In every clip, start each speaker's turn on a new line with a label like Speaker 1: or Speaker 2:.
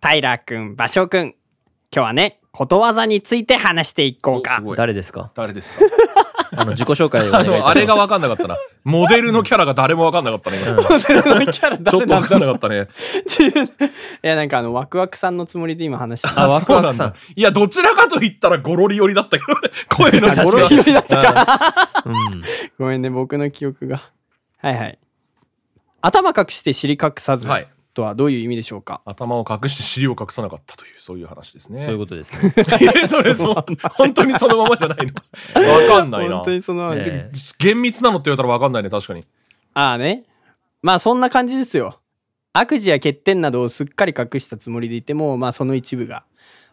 Speaker 1: タイラーくん、バショウくん。今日はね、ことわざについて話していこう
Speaker 2: お
Speaker 1: か
Speaker 2: す。ごい
Speaker 3: 誰ですか
Speaker 2: 誰ですか
Speaker 3: あの、自己紹介をお
Speaker 2: あ
Speaker 3: 願いいたし
Speaker 2: の、
Speaker 3: ま
Speaker 2: あ
Speaker 3: す。
Speaker 2: れが分かんなかったな。モデルのキャラが誰も分かんなかったね、今。ちょっと分かんなかったね。
Speaker 1: 自分 いや、なんかあの、ワクワクさんのつもりで今話してた。
Speaker 2: あ、
Speaker 3: ワク
Speaker 2: そう
Speaker 3: ワ
Speaker 2: な
Speaker 3: ク
Speaker 2: ん
Speaker 3: さん
Speaker 2: だ。いや、どちらかと言ったらゴロリ寄りだったけどね、声の
Speaker 1: ゴロ
Speaker 2: 質
Speaker 1: リ
Speaker 2: は
Speaker 1: 寄りだったか。
Speaker 3: うん。
Speaker 1: ごめんね、僕の記憶が。はいはい。頭隠して尻隠さず
Speaker 2: はい
Speaker 1: とはどういう意味でしょうか、
Speaker 2: 頭を隠して尻を隠さなかったという、そういう話ですね。
Speaker 3: そういうことです ね。
Speaker 2: えそれそう本当にそのままじゃないのわかんないな
Speaker 1: 本当にその、
Speaker 3: ええ
Speaker 2: 厳密なのって言われたらわかんないね確かに
Speaker 1: ああね。まあそんな感じですよ。悪事や欠点などをすっかり隠したつもりでいても、まあその一部が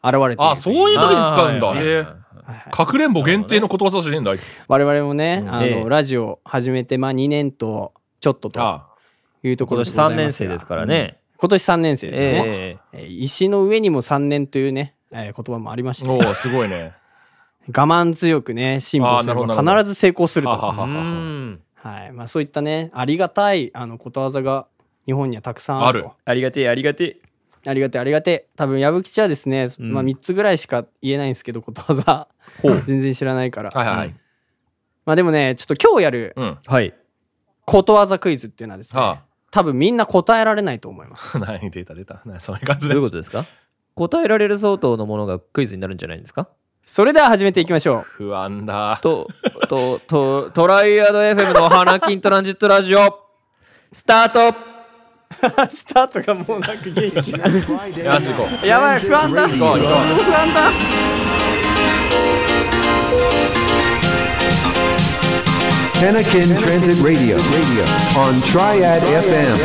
Speaker 1: 現れているという。
Speaker 2: あそういう時に使うんだ
Speaker 3: あー
Speaker 2: へえかくれんぼ限定のことわざじゃねえんだあいつ
Speaker 1: 我々もね、あの、
Speaker 3: ええ
Speaker 1: ラジオ始めて、まあ2年とちょっとと
Speaker 2: あ
Speaker 1: いうところ
Speaker 3: 今年
Speaker 1: でございます
Speaker 3: 3
Speaker 1: が
Speaker 3: 年生ですから。ね。
Speaker 1: 今年3年生ですね。
Speaker 3: ええ
Speaker 1: えー石の上にも3年というね、えー言葉もありまして、
Speaker 2: おおすごいね
Speaker 1: 我慢強くね、辛抱すれ
Speaker 2: あーなるほどな
Speaker 1: ば
Speaker 2: るほ
Speaker 1: 必ず成功すると。
Speaker 2: ははは
Speaker 3: う
Speaker 2: は
Speaker 3: ん。
Speaker 1: はい。まあそういったね、ありがたい、あの、ことわざが日本にはたくさん
Speaker 2: あ
Speaker 1: ある
Speaker 2: る
Speaker 1: と。
Speaker 3: ありがてえ、ありがてえ。
Speaker 1: ありがてえありがてえ多分矢吹吉はですね、
Speaker 3: うん
Speaker 1: まあ3つぐらいしか言えないんですけどことわざ 全然知らないから、
Speaker 2: はいはいはい
Speaker 1: まあでもねちょっと今日やる
Speaker 2: うん
Speaker 3: はい。
Speaker 1: ことわざクイズっていうのはですね、
Speaker 2: は
Speaker 1: 多分みんな答えられないと思います
Speaker 2: あ何出た出たなそういう感じ
Speaker 3: ど
Speaker 2: で
Speaker 3: ういうことですか答えられる相当のものがクイズになるんじゃないんですか
Speaker 1: それでは始めていきましょ
Speaker 2: 不安だ
Speaker 3: と、と、と、トライアド FM の花金トランジットラジオ、スタート
Speaker 1: うスタートがもうなんか元気
Speaker 2: よし行こ
Speaker 1: や ばい 不安だ不
Speaker 2: う行こう行こ
Speaker 1: 安だ
Speaker 4: Panakin Transit Radio on Triad FM.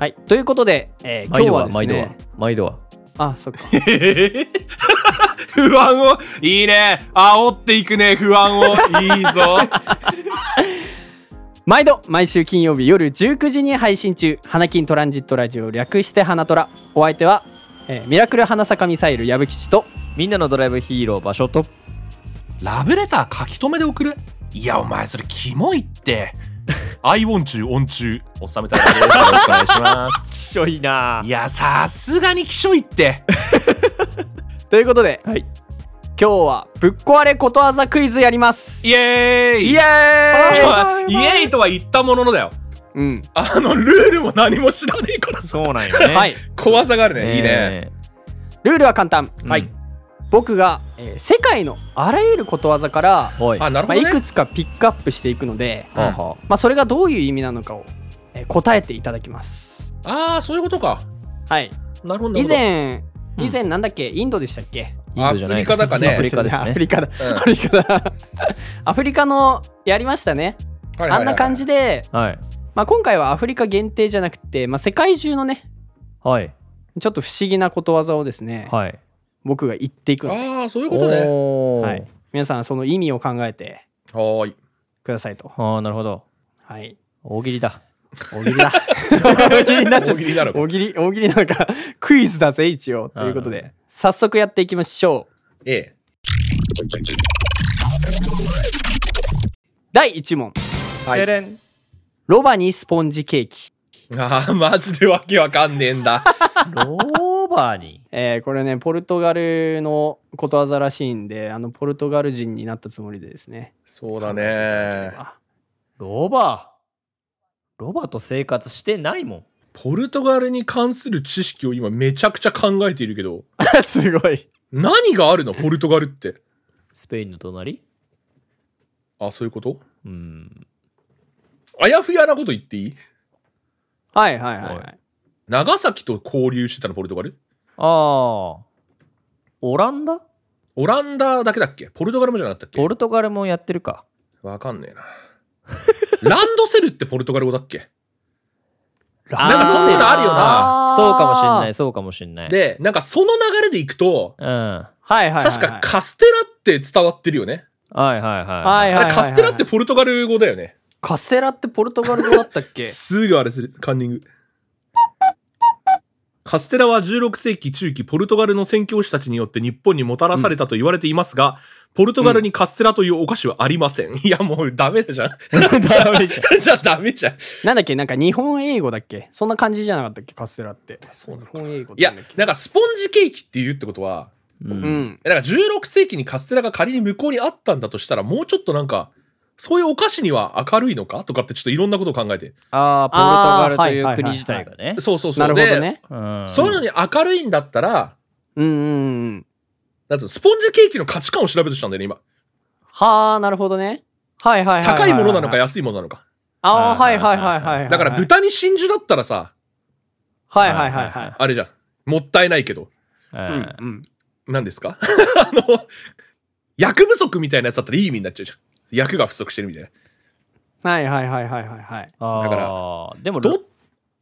Speaker 1: はいということで、えー今
Speaker 3: 毎
Speaker 1: 日は
Speaker 3: 度
Speaker 1: です
Speaker 3: は、毎度は
Speaker 1: ね、
Speaker 3: 毎度は。
Speaker 1: あそっか
Speaker 2: う不安をいいね煽っていくね不安をいいぞ
Speaker 1: 毎度毎週金曜日夜19時に配信中「花金トランジットラジオ」略して「花トラ」お相手は、えーミラクル花坂ミサイル矢吹吉と
Speaker 3: みんなのドライブヒーロー場所と、
Speaker 2: ラブレター書き留めで送るいやお前それキモいって愛音中音中おっさんみたいなよろしくお願いします
Speaker 3: きしょいない
Speaker 2: や、さすがにきしょいって。
Speaker 1: ということで、
Speaker 3: はい
Speaker 1: 今日はぶっ壊れことわざクイズやります
Speaker 2: イエーイ
Speaker 1: イエーイ
Speaker 2: ちょ イエーイとは言ったもののだよ。
Speaker 1: うん
Speaker 2: あの、ルールも何も知らねえからさ。
Speaker 3: そうなんよね。
Speaker 1: はい。
Speaker 2: 怖さがあるね。いいね。
Speaker 3: え
Speaker 1: ルールは簡単、
Speaker 3: ー。
Speaker 2: はい
Speaker 3: うん。
Speaker 1: 僕が、えー世界のあらゆることわざから、
Speaker 3: はい。
Speaker 2: あ、なる
Speaker 1: ま
Speaker 2: ほ
Speaker 1: あ、
Speaker 2: ど、
Speaker 1: いく
Speaker 2: ね。
Speaker 1: つかピックアップしていくので、
Speaker 3: はあは
Speaker 1: まあ、それがどういう意味なのかを、えー答えていただきます
Speaker 2: ああ、そういうことか。
Speaker 1: はい
Speaker 2: なるほど。
Speaker 1: 以前
Speaker 2: うん
Speaker 1: 以前なんだっけインドでしたっけ
Speaker 3: インドじゃないです
Speaker 2: アフリカだかね
Speaker 3: アフリカですね
Speaker 1: アフリカだ、
Speaker 2: うん
Speaker 1: アフリカだ アフリカのやりましたね、あんな感
Speaker 2: じ。
Speaker 1: じで、
Speaker 3: い。はい。
Speaker 1: まあ、今回はアフリカ限定じゃなくて、まあ、世界中のね
Speaker 3: はい。
Speaker 1: ちょっと不思議なことわざをですね、
Speaker 3: はい。
Speaker 1: 僕が言っていくので、
Speaker 2: ああ、そういうことね。
Speaker 3: おー
Speaker 1: はい、皆さんその意味を考えて
Speaker 2: はーい。
Speaker 1: くださいと。
Speaker 3: ああ、なるほど。
Speaker 1: はい、
Speaker 3: 大喜利だ。
Speaker 1: 大喜利だ。大喜利になっちゃ
Speaker 2: 大
Speaker 1: う
Speaker 2: 喜。利だろ。
Speaker 1: 大喜利、大喜利なんかクイズだぜ、一応。ということで、早速やっていきましょう。
Speaker 2: ええ。
Speaker 1: 第1問。
Speaker 2: はい
Speaker 3: てれん。
Speaker 1: ロバにスポンジケーキ。
Speaker 2: ああ、マジでわけわかんねえん だ。
Speaker 3: ローバーに。
Speaker 1: えーこれね、ポルトガルのことわざらしいんで、あの、ポルトガル人になったつもりでですね。
Speaker 2: そうだね。
Speaker 3: ロバー。ロバと生活してないもん。
Speaker 2: ポルトガルに関する知識を今めちゃくちゃ考えているけど、
Speaker 1: すごい。
Speaker 2: 何があ るのポルトガルって。
Speaker 3: スペインの隣
Speaker 2: あ、そういうこと
Speaker 3: うん。
Speaker 2: あやふやなこと言っていい
Speaker 1: はいはいはい、は。
Speaker 3: はい
Speaker 2: 長崎と交流してたのポルトガル
Speaker 3: ああ。オランダ
Speaker 2: オランダだけだっけポルトガルもじゃなかったっ
Speaker 3: ポ
Speaker 2: け
Speaker 3: ルトガルもやってるか。
Speaker 2: わかんねえな。 ランドセルってポルトガル語だっけ
Speaker 3: なん
Speaker 2: かそういうのあるよな
Speaker 3: そうかもしんない、そうかもしんない。
Speaker 2: で、なんかその流れでいくと、
Speaker 3: うん。は
Speaker 1: はいはいはい、はい。
Speaker 2: 確かカステラって伝わってるよね。
Speaker 3: いはい
Speaker 1: は
Speaker 3: はい
Speaker 1: は
Speaker 3: い。
Speaker 1: いはい、
Speaker 2: あれカステラってポルトガル語だよね。
Speaker 1: カス テラってポルトガル語だったっけ
Speaker 2: すぐあれする、カンニング。カステラは16世紀中期ポルトガルの宣教師たちによって日本にもたらされたと言われていますが、ポルトガルにカステラというお菓子はありません。いや、もうダメじゃん。ダメじゃん。じゃあダメじゃん。
Speaker 1: なんだっけなんか日本英語だっけそんな感じじゃなかったっけカステラって。
Speaker 2: そうなの
Speaker 1: 日本英語って
Speaker 2: いや
Speaker 1: なんだっ、け
Speaker 2: なんかスポンジケーキって言うってことは、
Speaker 3: う。
Speaker 1: うんん。
Speaker 2: えなんか16世紀にカステラが仮に向こうにあったんだとしたら、もうちょっとなんか、そういうお菓子には明るいのかとかってちょっといろんなことを考えて。
Speaker 3: あ
Speaker 1: あー
Speaker 3: あ、ポルトガルと
Speaker 1: はいいうはいはい
Speaker 3: 国自体がね。
Speaker 2: そうそうそ
Speaker 1: な
Speaker 2: う。
Speaker 1: るほど
Speaker 2: で。
Speaker 1: ね。
Speaker 3: うん
Speaker 2: そういうのに明るいんだったら、
Speaker 1: うんうんうん。
Speaker 2: なんていうのスポンジケーキの価値観を調べるとしたんだよね、今。
Speaker 1: はあ、なるほどね。はいはいはいは
Speaker 2: 高
Speaker 1: い。
Speaker 2: いものなのか安いものなのか。
Speaker 1: ああ、
Speaker 3: は
Speaker 1: はいい
Speaker 3: は
Speaker 1: はいい
Speaker 3: は
Speaker 1: はいい
Speaker 3: はい
Speaker 1: はい。
Speaker 2: だから
Speaker 1: はい
Speaker 2: 豚に真珠だったらさ、
Speaker 1: はいはいはい。
Speaker 2: あれじゃん。もったいないけど。
Speaker 1: う
Speaker 3: うん
Speaker 1: んうん。
Speaker 2: 何ですか あの、役不足みたいなやつだったらいい意味になっちゃうじゃん。役が不足してるみたいな。
Speaker 1: はいはいはいはいはいはい。
Speaker 3: あ
Speaker 2: だから
Speaker 3: ーでも
Speaker 2: どっ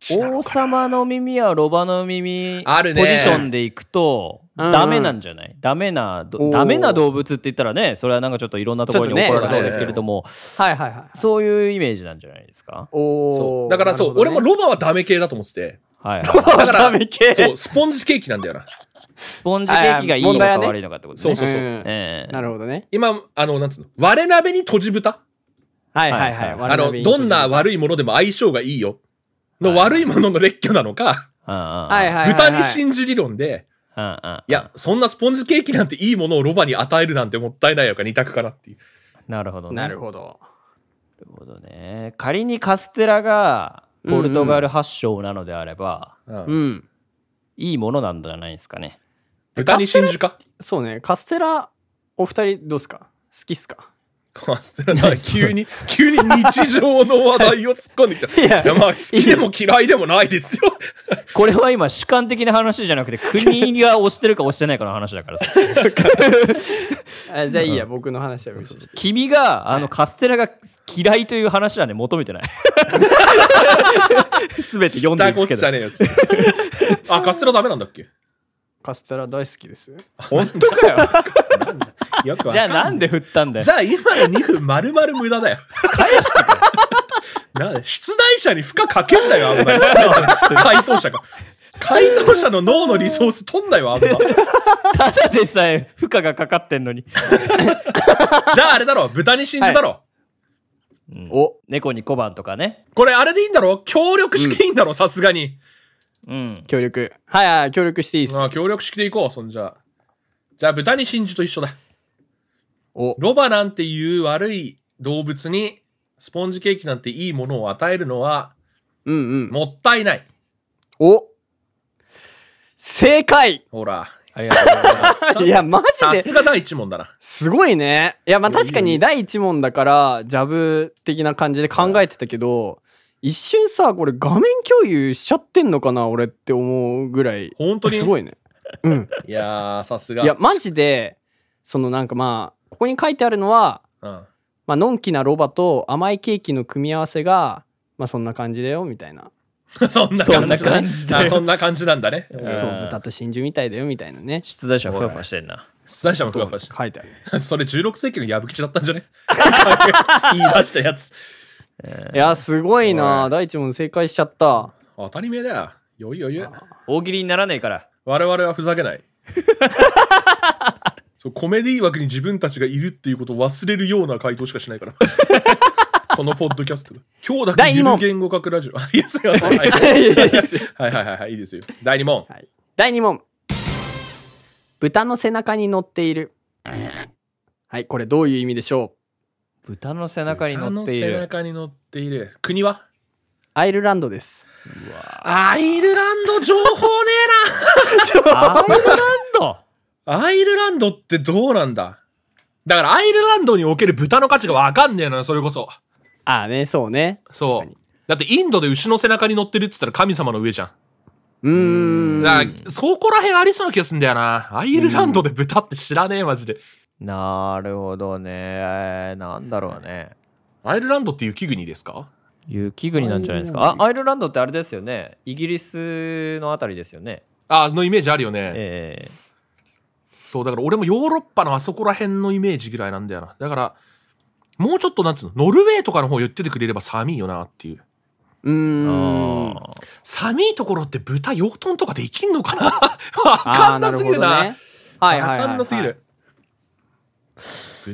Speaker 2: ちなの
Speaker 3: 王
Speaker 2: かな
Speaker 3: 様の耳やロバの耳
Speaker 2: あるね
Speaker 3: ポジションでいくと
Speaker 1: うん
Speaker 3: ダメなんじゃない、ダメなど
Speaker 1: おー
Speaker 3: ダメな動物って言ったらねそれはなんかちょっといろんなところ
Speaker 1: ち
Speaker 3: に
Speaker 1: ょっ
Speaker 3: 怒
Speaker 1: とね
Speaker 3: られそうですけれども、
Speaker 1: はいはいはい。
Speaker 3: そういうイメージなんじゃないですか
Speaker 2: そ
Speaker 1: お
Speaker 2: う
Speaker 1: ー
Speaker 2: だからそう、
Speaker 1: なる
Speaker 2: 俺も
Speaker 1: ほどね
Speaker 2: ロバはダメ系だと思ってて。
Speaker 3: はい、
Speaker 2: だから、
Speaker 1: ダメ系
Speaker 2: そう、スポンジケーキなんだよな。
Speaker 3: スポンジケーキがいいのか悪いのかってこと
Speaker 2: そう
Speaker 3: ね
Speaker 2: そうそう。
Speaker 1: ん
Speaker 3: ええ
Speaker 1: なるほどね。
Speaker 2: 今、あの、なんつうの、割れ鍋にとじ豚
Speaker 1: はいはいはい。
Speaker 3: はい
Speaker 2: あの、どんな悪いものでも相性がいいよ。の悪いものの列挙なのか、
Speaker 1: は
Speaker 3: はい
Speaker 1: はいはいはい
Speaker 2: 豚に真珠理論で、い
Speaker 3: い
Speaker 2: や、そんなスポンジケーキなんていいものをロバに与えるなんてもったいないよか、二択かなっていう。
Speaker 3: なるほどね
Speaker 1: なるほど。
Speaker 3: なるほどね仮にカステラがポルトガル発祥なのであれば、
Speaker 2: うん
Speaker 1: うん。
Speaker 3: いいものなんじゃないですかね
Speaker 2: 豚に真珠か
Speaker 1: そうね。カステラ、お二人どうっすか好きっすか
Speaker 2: カステラ な、急に、急に日常の話題を突っ込んでき た。いや、まあ、好きでも嫌いでもないですよ。
Speaker 3: これは今主観的な話じゃなくて国が押してるか押してないかの話だからさ
Speaker 1: あじゃあいいや、僕の話は無視して。
Speaker 3: 君があのカステラが嫌いという話なんで求 めてない全て読んで
Speaker 2: だ
Speaker 3: い
Speaker 2: こっ
Speaker 3: くけ
Speaker 2: ちゃね
Speaker 3: ど
Speaker 2: えよっ つって。あ、カステラダメなんだっけ
Speaker 1: カステラ大好きです。
Speaker 2: 本当かよ。 よくわ
Speaker 3: じ
Speaker 2: か
Speaker 3: ゃあ
Speaker 2: んない
Speaker 3: なんで振ったんだよ
Speaker 2: じゃあ今の2分丸々無駄だよ。返してな出題者に負荷かけんなよ、あんまり。回答者が。回答者の脳のリソース取んなよ、あんま。じ
Speaker 3: ただでさえ負荷がかかってんのに
Speaker 2: ゃああれだろ、豚に真珠だろ。
Speaker 1: お
Speaker 3: 猫に小判とかね
Speaker 2: これあれでいいんだろ協力式でいいんだろ、さすがに。
Speaker 3: うん
Speaker 1: 協力。はいはい、協力していいっす。
Speaker 2: ああ協力式でいこう、そんじゃあ。じゃあ豚に真珠と一緒だ。
Speaker 1: お
Speaker 2: ロバなんていう悪い動物に、スポンジケーキなんていいものを与えるのは、
Speaker 1: うんうん。
Speaker 2: もったいない。
Speaker 1: お正解
Speaker 2: ほら。
Speaker 3: ありがとうございます
Speaker 1: いや、マ
Speaker 2: さ
Speaker 1: ジ
Speaker 2: す
Speaker 1: で、
Speaker 2: が第一問だな。
Speaker 1: すごいね。いや、まあ確かに第一問だから、ジャブ的な感じで考えてたけど、一瞬さ、これ画面共有しちゃってんのかな俺って思うぐらい。
Speaker 2: 本当に
Speaker 1: すごいね。うん。
Speaker 2: いやー、さすが。
Speaker 1: いや、マジで、そのなんかまあ、ここに書いてあるのは、
Speaker 2: うん。
Speaker 1: まあのんきなロバと甘いケーキの組み合わせが、まあそんな感じだよ、みたいな。
Speaker 2: そんな
Speaker 3: そん
Speaker 2: 感
Speaker 3: な
Speaker 2: じだね
Speaker 3: 感じだよ
Speaker 2: あそんな感じなんだね。
Speaker 1: そう、豚と真珠みたいだよ、みたいなね。
Speaker 3: 出題者ふわふわしてんな
Speaker 2: 出題者もふわふわし
Speaker 1: 書いてある。
Speaker 2: た。それ16世紀の矢吹だったんじゃね言い出したやつ。
Speaker 1: いや、すごい
Speaker 2: お
Speaker 1: ない第一問正解しちゃった。
Speaker 2: 当たり前だよ。余裕余裕。
Speaker 3: 大喜利にならねえから
Speaker 2: 我々はふざけない。 そうコメディ枠に自分たちがいるっていうことを忘れるような回答しかしないから。 このポッドキャストが。今日だけ
Speaker 1: 第
Speaker 2: ゆ
Speaker 1: 二問
Speaker 2: る言語学ラジオ。 あいや、すいません。はい
Speaker 1: いやいやいや
Speaker 2: はいはいはいはい、いいですよ。第2問。
Speaker 1: はい、第2問豚の背中に乗っているはいこれどういう意味でしょう
Speaker 3: 豚の背中に乗って
Speaker 2: 豚
Speaker 3: い
Speaker 2: の背
Speaker 3: る
Speaker 2: 中に乗っている。国は
Speaker 1: アイルランドです
Speaker 2: アイルランド情報ね
Speaker 3: アイルランド
Speaker 2: えなアイルランドってどうなんだだからアイルランドにおける豚の価値がわかんねえのよ、それこそ。
Speaker 1: ああねそうね
Speaker 2: そ
Speaker 1: 確か
Speaker 2: う。だってインドで牛の背中に乗ってるって言ったら神様の上じゃん。
Speaker 1: にうーん
Speaker 2: だからそこら辺ありそうな気がするんだよな。アイルランドで豚って知らねえ、マジで。
Speaker 3: なるほどね。なんだろうね。
Speaker 2: アイルランドって雪国ですか
Speaker 3: 雪国なんじゃないですか。あ、アイルランドってあれですよね。イギリスのあたりですよね。
Speaker 2: あのイメージあるよね。
Speaker 3: え
Speaker 2: そう、だから俺もヨーロッパのあそこら辺のイメージぐらいなんだよな。だから、もうちょっとなんつうの、ノルウェーとかの方言っててくれれば寒いよなっていう。
Speaker 1: うー
Speaker 3: え
Speaker 1: ん
Speaker 3: あー
Speaker 2: 寒いところって豚養豚とかできんの かなわ
Speaker 1: あ
Speaker 2: か
Speaker 1: ー
Speaker 2: んなすぎるな。
Speaker 1: なるほどねはいはいはい、は
Speaker 2: わ
Speaker 1: い。
Speaker 2: かんなすぎる。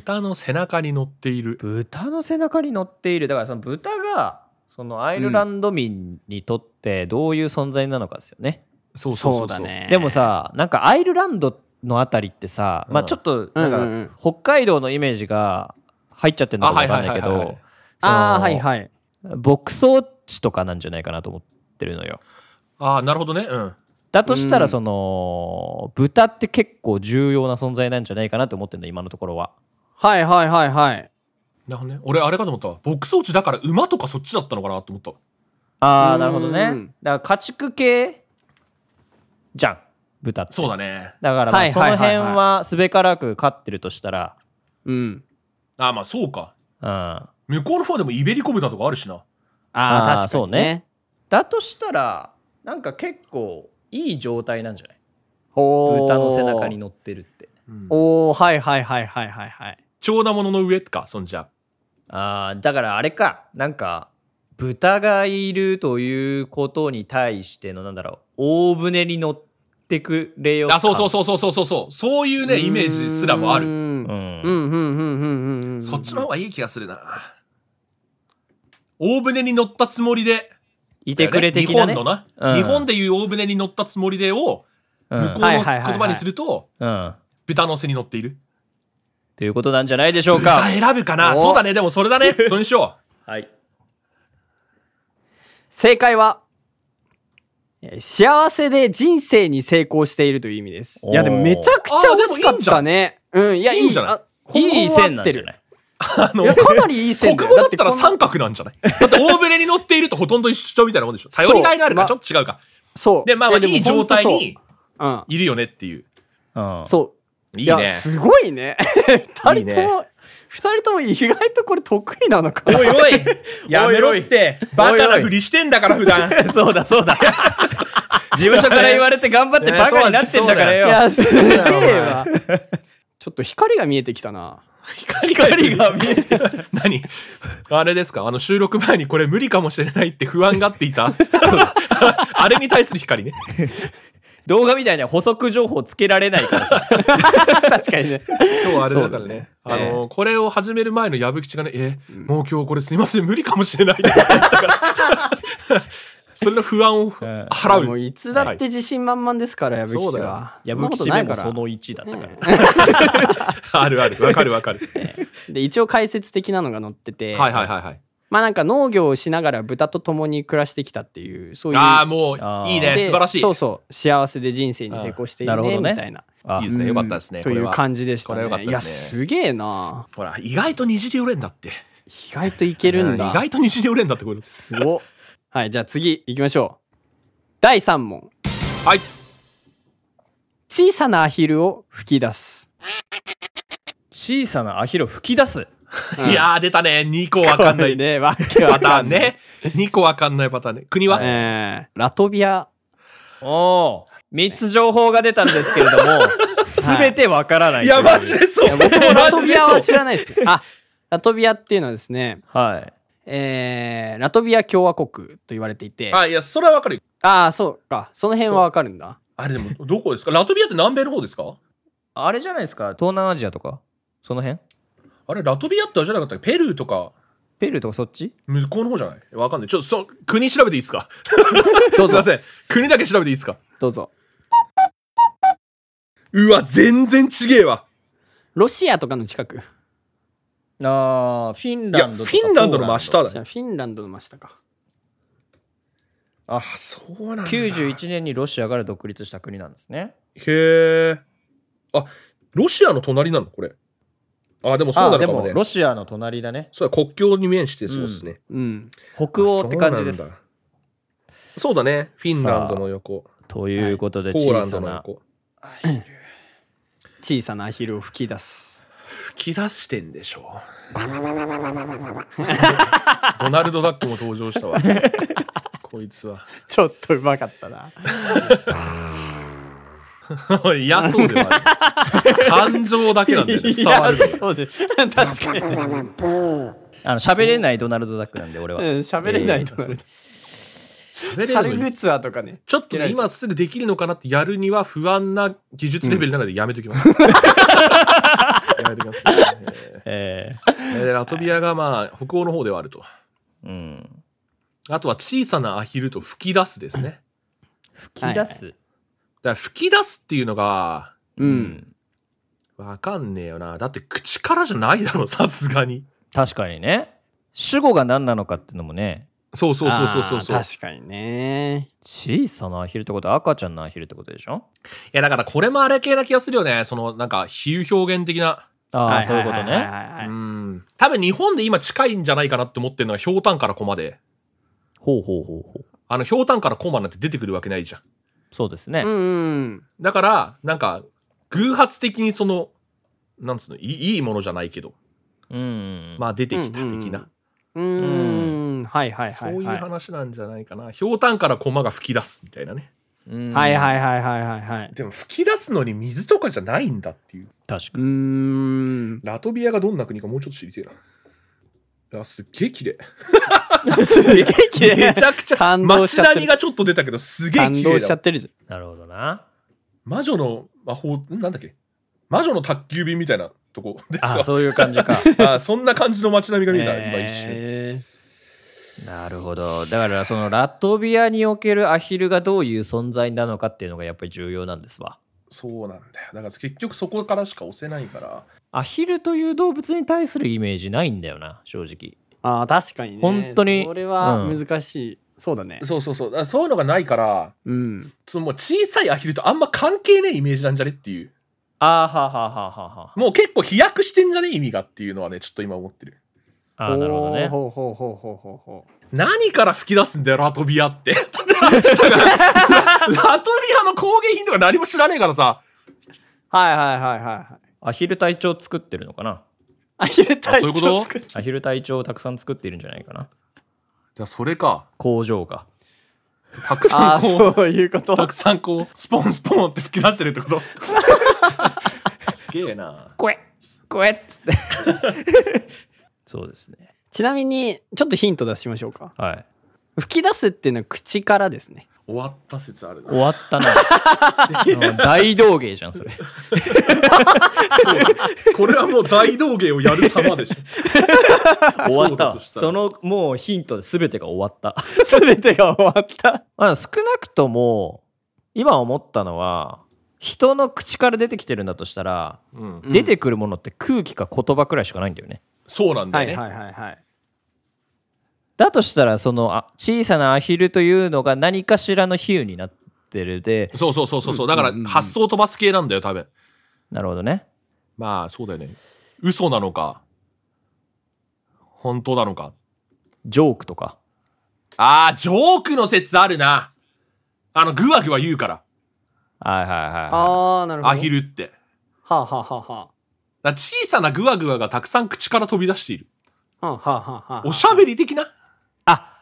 Speaker 2: 豚の背中に乗っている。
Speaker 3: 豚の背中に乗っているだからその豚がそのアイルランド民にとってどういう存在なのかですよね、
Speaker 2: そうそう
Speaker 1: そ
Speaker 2: そううそ
Speaker 1: だ
Speaker 2: う。
Speaker 1: ね。
Speaker 3: でも、さなんかアイルランドのあたりってさ、まあちょっとなん
Speaker 1: うんうんうん
Speaker 3: か北海道のイメージが入っちゃってるのか
Speaker 2: あは
Speaker 3: わ
Speaker 2: い
Speaker 3: か
Speaker 2: は
Speaker 3: ん
Speaker 2: い
Speaker 3: な
Speaker 2: はいい
Speaker 3: け
Speaker 2: はい
Speaker 3: どその
Speaker 1: ああ、はいはい。
Speaker 3: 牧草地とかなんじゃないかなと思ってるのよ
Speaker 2: ああ、なるほどね。うん。
Speaker 3: だとした
Speaker 1: う
Speaker 3: ら
Speaker 1: ん
Speaker 3: その豚って結構重要な存在なんじゃないかなと思ってるの今のところは
Speaker 1: はいはいはいはい。
Speaker 2: なるほどね。俺、あれかと思ったわ。牧草地だから馬とかそっちだったのかなと思った。
Speaker 3: あ
Speaker 1: う
Speaker 3: あ
Speaker 1: ん
Speaker 3: なるほどねだから家畜系じゃん豚って
Speaker 2: そうだね。
Speaker 3: だから
Speaker 1: は
Speaker 3: まあ
Speaker 1: い
Speaker 3: そ
Speaker 1: はいは
Speaker 3: の
Speaker 1: いはい
Speaker 3: 辺はすべからく飼ってるとしたら、
Speaker 1: うん。
Speaker 2: ああ、まあそうか。
Speaker 3: うん、だ
Speaker 2: 向こうの方でもイベリコ豚とかあるしな。
Speaker 1: ああ、
Speaker 3: あー
Speaker 1: 確かに、ね。
Speaker 3: そうね。としたらなんか結構いい状態なんじゃない
Speaker 1: ほー
Speaker 3: 豚の背中に。乗ってるって
Speaker 1: おおはいはいはいはいはいはい。
Speaker 2: 長だものの上か、そんじゃ。
Speaker 3: あーだからあれかなんか豚がいるということに対してのなんだろう大船に乗ってくれよ
Speaker 2: あ、そうそう
Speaker 3: う、
Speaker 2: そうそうそうそうそう。そういうね、イメージすらもあ
Speaker 1: う
Speaker 2: る。
Speaker 1: ん
Speaker 3: う。、
Speaker 1: うんんうんうんうんうんうん。
Speaker 2: そっちの方がいい気がするな。大船に乗ったつもりで、
Speaker 3: いてくれ的
Speaker 2: 日
Speaker 3: な
Speaker 2: 本
Speaker 3: ね
Speaker 2: のな、
Speaker 3: うん
Speaker 2: 日本でいう大船に乗ったつもりでを、
Speaker 3: う
Speaker 2: 向こうんの
Speaker 1: はいはい
Speaker 2: 言
Speaker 1: はいはい
Speaker 2: 葉にすると、
Speaker 3: うん、
Speaker 2: 豚の背に乗っている。
Speaker 3: ということなんじゃないでしょう
Speaker 2: 豚
Speaker 3: か
Speaker 2: 選ぶかな
Speaker 1: お
Speaker 2: そうだね。でもそれだね。それにしよ
Speaker 3: はい
Speaker 1: 正解は、えー幸せで人生に成功しているという意味です。
Speaker 3: おー
Speaker 1: いや、でもめちゃくちゃ惜しかったね。うん、いや、いい
Speaker 2: いいんじゃない
Speaker 1: あ
Speaker 3: いい線なんじゃ
Speaker 1: い
Speaker 3: ない
Speaker 2: う。あの
Speaker 1: や、、かなりいい線
Speaker 2: 国
Speaker 1: だよ
Speaker 2: 語だった
Speaker 1: て
Speaker 2: ら
Speaker 1: こんな
Speaker 2: 三角なんじゃないだって大船に乗っているとほとんど一緒みたいなもんでしょ。頼りがいがあるか、
Speaker 1: そう
Speaker 2: ちょっと違うか。
Speaker 1: そう。
Speaker 2: で、まあまあ
Speaker 1: や
Speaker 2: いい状態。
Speaker 1: で
Speaker 2: に
Speaker 1: も本
Speaker 2: いるよねっていう。
Speaker 3: うん
Speaker 1: 当そう。うん。そう。
Speaker 2: いい
Speaker 1: いや、
Speaker 2: ね。
Speaker 1: すごいね。二
Speaker 2: いい
Speaker 1: 人とも
Speaker 2: ね、
Speaker 1: 二人とも意外とこれ得意なのかな。
Speaker 2: おいおい、 やめろって、バカ
Speaker 3: おいお
Speaker 2: ないふりしてんだから普段。
Speaker 3: そうだそうだ。事務所から言われて頑張ってバカになってんだから
Speaker 1: い
Speaker 3: よ。
Speaker 1: や、すげえわ。ちょっと光が見えてきたな。
Speaker 2: 光が見えてる。何あれですかあの収録前にこれ無理かもしれないって不安がっていた。 あれに対する光ね。
Speaker 3: 動画みたいには補足情報つけられないからさ。
Speaker 1: 確かにね。
Speaker 2: 今日はあれだからね。あの、これを始める前の矢吹吉がね、え、もう今日これすいません、無理かもしれないって言ってた から。それの不安を
Speaker 3: ん
Speaker 2: 払う。
Speaker 1: もういつだって自信満々ですから、矢吹
Speaker 2: そう
Speaker 1: 氏
Speaker 2: だよ
Speaker 1: は。
Speaker 3: や
Speaker 1: そんな
Speaker 3: ぶ
Speaker 1: こ
Speaker 3: き
Speaker 1: と
Speaker 3: し
Speaker 1: ない
Speaker 3: め
Speaker 1: から
Speaker 3: もその1だったから。
Speaker 2: あるある。わかる わかる。
Speaker 1: で一応解説的なのが載ってて、
Speaker 2: はいはいはいはい。
Speaker 1: まあなんか農業をしながら豚と共に暮らしてきたっていうそういう
Speaker 2: ああ、もういいね。
Speaker 1: で
Speaker 2: 素晴らしい。
Speaker 1: そうそう幸せで人生に成功している
Speaker 3: あーなる
Speaker 1: ね
Speaker 3: ほどね
Speaker 1: みたいな
Speaker 3: あ
Speaker 2: いいですね。よかったですね。
Speaker 1: という
Speaker 2: 感
Speaker 1: 感じでしたね
Speaker 2: これは良
Speaker 1: い
Speaker 2: か
Speaker 1: や
Speaker 2: ったです
Speaker 1: すげえな
Speaker 2: ほら、意外と二次で寄れんだって。
Speaker 1: 意外といけるんだ
Speaker 2: うん意外と二次で寄れんだってこれ。
Speaker 1: すごっはいじゃあ次行きましょう第3問
Speaker 2: はい。
Speaker 1: 小さなアヒルを吹き出す、
Speaker 3: 小さなアヒルを吹き出す。
Speaker 2: いやー、出たね。2個わかんな
Speaker 1: これ
Speaker 2: い
Speaker 1: ねわけわ
Speaker 2: パタ
Speaker 1: か
Speaker 2: ー
Speaker 1: ん
Speaker 2: ン
Speaker 1: ない
Speaker 2: ね。2個わかんないパターンね。国は、
Speaker 1: えーラトビア
Speaker 3: おお。3つ情報が出たんですけれども、すべてわからない。
Speaker 2: いや、 マジでそう。
Speaker 1: 僕もラトビア
Speaker 2: マ
Speaker 1: は
Speaker 2: ジ
Speaker 1: 知
Speaker 2: でそう
Speaker 1: らないですねあラトビアっていうのはですね
Speaker 3: はい。
Speaker 1: えーラトビア共和国と言われていて、
Speaker 2: あ、いや、それはわかるよ。
Speaker 1: ああ、そうか。その辺はわかるんだ。
Speaker 2: あれでも、どこですかラトビアって南米の方ですか
Speaker 3: あれじゃないですか、東南アジアとか、その辺
Speaker 2: あれ、ラトビアってあれじゃなかったっけペルーとか、
Speaker 3: ペルーとかそっち
Speaker 2: 向こうの方じゃないわかんない。ちょっと、そ、国調べていいですか
Speaker 1: どう
Speaker 2: すい
Speaker 1: ぞ
Speaker 2: ま、せん。国だけ調べていいですか
Speaker 1: どうぞ。
Speaker 2: うわ、全然ちげえわ。
Speaker 1: ロシアとかの近く。
Speaker 3: ああ、フィン
Speaker 2: いや、フィンランドの真下だ
Speaker 1: じゃ
Speaker 2: ね。
Speaker 1: あフィンランドの真下か。
Speaker 2: あ、そうなんだ。
Speaker 3: 91年にロシアから独立した国なんですね。
Speaker 2: へえ。あ、ロシアの隣なのこれ。あ、でもそう
Speaker 3: あ
Speaker 2: な
Speaker 3: あ
Speaker 2: の
Speaker 3: で
Speaker 2: かも
Speaker 3: も
Speaker 2: ね。
Speaker 3: ロシアの隣だね。
Speaker 2: そうだ、国境に面してそうですね。
Speaker 1: うん。
Speaker 3: 北欧って感じです
Speaker 2: そうなん。だ。そうだね。フィンランドの横。
Speaker 3: ということ
Speaker 2: ポ
Speaker 3: で、
Speaker 2: ーラ
Speaker 3: 小
Speaker 2: ン
Speaker 3: さ
Speaker 2: ドの
Speaker 3: な。
Speaker 2: 横。
Speaker 1: 小さなアヒルを吹き出す。
Speaker 2: 吹き出してんでしょう。ドナルド・ダックも登場したわ。こいつは。
Speaker 1: ちょっとうまかったな。
Speaker 2: 嫌そうではある。感情だけなんだよね。伝わるの
Speaker 1: いやそうです。確かに。
Speaker 3: あの喋れないドナルド・ダックなんで、俺は。
Speaker 1: うん、喋れない
Speaker 3: えー
Speaker 1: となる。
Speaker 2: 喋れ
Speaker 1: サル
Speaker 2: るの
Speaker 1: グ
Speaker 2: に。
Speaker 1: ツアーとかね。
Speaker 2: ちょっと
Speaker 1: 切ら
Speaker 2: ね、
Speaker 1: れちゃう
Speaker 2: 今すぐできるのかなってやるには不安な技術レベルなのでやめときます。やめときます、ね。え
Speaker 3: え
Speaker 2: ーラトビアがまあ、北欧の方ではあると。
Speaker 3: えうん。
Speaker 2: あとは小さなアヒルと吹き出すですね。
Speaker 3: 吹き出す。
Speaker 2: だから吹き出すっていうのが、
Speaker 1: う。。
Speaker 3: うん
Speaker 2: わかんねえよな。だって口からじゃないだろ、さすがに。
Speaker 3: 確かにね。主語が何なのかっていうのもね、
Speaker 2: そうそうそうそうそうそう。
Speaker 1: あ
Speaker 2: い
Speaker 1: ー確かにね。
Speaker 3: 小さなアヒルってことは赤ちゃんのアヒルってことでしょ
Speaker 2: や、だからこれもあれ系な気がするよね。その、なんか、比喩表現的な。
Speaker 3: ああ、
Speaker 1: はは
Speaker 3: そういうこ
Speaker 1: は
Speaker 3: と
Speaker 1: は
Speaker 3: ね。
Speaker 1: はいうはい
Speaker 2: ん。多分日本で今近いんじゃないかなって思ってるのは、ひょうたんからコマで。
Speaker 3: ほうほうほうほう。
Speaker 2: あの、ひょうたんからコマなんて出てくるわけないじゃん。
Speaker 3: そうですね。
Speaker 1: うんうん。
Speaker 2: だから、なんか、偶発的にその、なんつうの、いいいいものじゃないけど、
Speaker 3: うん。
Speaker 2: まあ出てきた
Speaker 1: うんうんうん
Speaker 2: 的な、
Speaker 1: うーん。はいはい
Speaker 2: そ
Speaker 1: は
Speaker 2: う
Speaker 1: い。
Speaker 2: いう
Speaker 1: はい
Speaker 2: 話なんじゃないかな。ひょうたんから駒が吹き出すみたいなね。
Speaker 3: うん
Speaker 1: はいはいはいはいはいはい。
Speaker 2: でも吹き出すのに水とかじゃないんだっていう。
Speaker 1: う
Speaker 3: 確か
Speaker 1: ーん。
Speaker 2: ラトビアがどんな国かもうちょっと知りてえな。あ、すっげえ綺麗。
Speaker 1: すげえ綺
Speaker 2: め
Speaker 1: 麗
Speaker 2: ち。ゃくちゃ、
Speaker 1: 感動し
Speaker 2: 街
Speaker 1: ちゃってる
Speaker 2: 並みがちょっと出たけど、すげえ
Speaker 1: 感
Speaker 2: 綺
Speaker 1: 動
Speaker 2: 麗
Speaker 1: しちゃっ
Speaker 2: だ。
Speaker 1: てるじ
Speaker 3: に。なるほどな。
Speaker 2: 魔女の魔法、んなんだっけ魔女の宅急便みたいなとこです
Speaker 3: ああ、
Speaker 2: わ
Speaker 3: そういう感じか。
Speaker 2: あそんな感じの街並みが
Speaker 1: ゃん。
Speaker 2: 見えた、今一瞬。
Speaker 1: えー
Speaker 3: なるほど。だから、そのラトビアにおけるアヒルがどういう存在なのかっていうのがやっぱり重要なんですわ。
Speaker 2: そうなんだよ。だから結局そこからしか押せないから。
Speaker 3: アヒルという動物に対するイメージないんだよな、正直。
Speaker 1: あー確かにね。
Speaker 3: 本当に
Speaker 1: それは
Speaker 3: うん
Speaker 1: 難しい。そうだね。
Speaker 2: そうそうそう。だからそういうのがないから、
Speaker 1: うん。
Speaker 2: そのもう小さいアヒルとあんま関係ねえイメージなんじゃねっていう。
Speaker 3: ああ、はあはあはあはあ。
Speaker 2: もう結構飛躍してんじゃね意味がっていうのはね、ちょっと今思ってる。
Speaker 3: ああ、なるほどね。
Speaker 1: ほうほうほうほうほうほう。
Speaker 2: 何から吹き出すんだよ、ラトビアって。だからラトビアの工芸品とか何も知らねえからさ。
Speaker 1: はいはいはいはいはい。
Speaker 3: アヒル隊長作ってるのかな
Speaker 1: アヒル隊
Speaker 2: あそういうこと
Speaker 1: 長作る
Speaker 3: アヒル隊長をたくさん作っているんじゃないかな
Speaker 2: じゃあそれか。
Speaker 3: 工場が。
Speaker 2: たくさ
Speaker 1: あ
Speaker 2: んこ
Speaker 1: ーそういうこと
Speaker 2: う、たくさんこう、スポンスポンって吹き出してるってこと。すげえな。
Speaker 1: これこれつって
Speaker 3: そうですね。
Speaker 1: ちなみにちょっとヒント出しましょうか
Speaker 3: はい。
Speaker 1: 吹き出すっていうのは口からですね
Speaker 2: 終わった説あるな。
Speaker 3: 終わった な。うん大道芸じゃん、それ。
Speaker 2: これはもう大道芸をやる 様でしょ。
Speaker 3: 終わ
Speaker 2: そ
Speaker 3: った
Speaker 2: うだと
Speaker 3: わ。
Speaker 2: したら
Speaker 3: その、もうヒントで全てが終わった。
Speaker 1: 全てが終わった
Speaker 3: あ少なくとも今思ったのは人の口から出てきてるんだとしたら、
Speaker 2: うん、
Speaker 3: 出てくるものって空気か言葉くらいしかないんだよね
Speaker 2: そうなんだ
Speaker 1: は
Speaker 2: よね。
Speaker 1: いはいはいはい
Speaker 3: だとしたらそのあ小さなアヒルというのが何かしらの比喩になってるで
Speaker 2: そうそうそうそうそう。だから発想飛ばす系なんだよ、多分。
Speaker 3: なるほどね
Speaker 2: まあ、そうだよね。嘘なのか、本当なのか。
Speaker 3: ジョークとか
Speaker 2: ああ、ジョークの説あるな。あの、ぐわぐわ言うから、
Speaker 3: はいはいはいは
Speaker 1: あーなるほど
Speaker 2: アヒルって。
Speaker 1: はあはあはあは
Speaker 2: だから小さなぐわぐわがたくさん口から飛び出している。
Speaker 1: あはあはあはあはあ
Speaker 2: おしゃべり的ない
Speaker 3: あ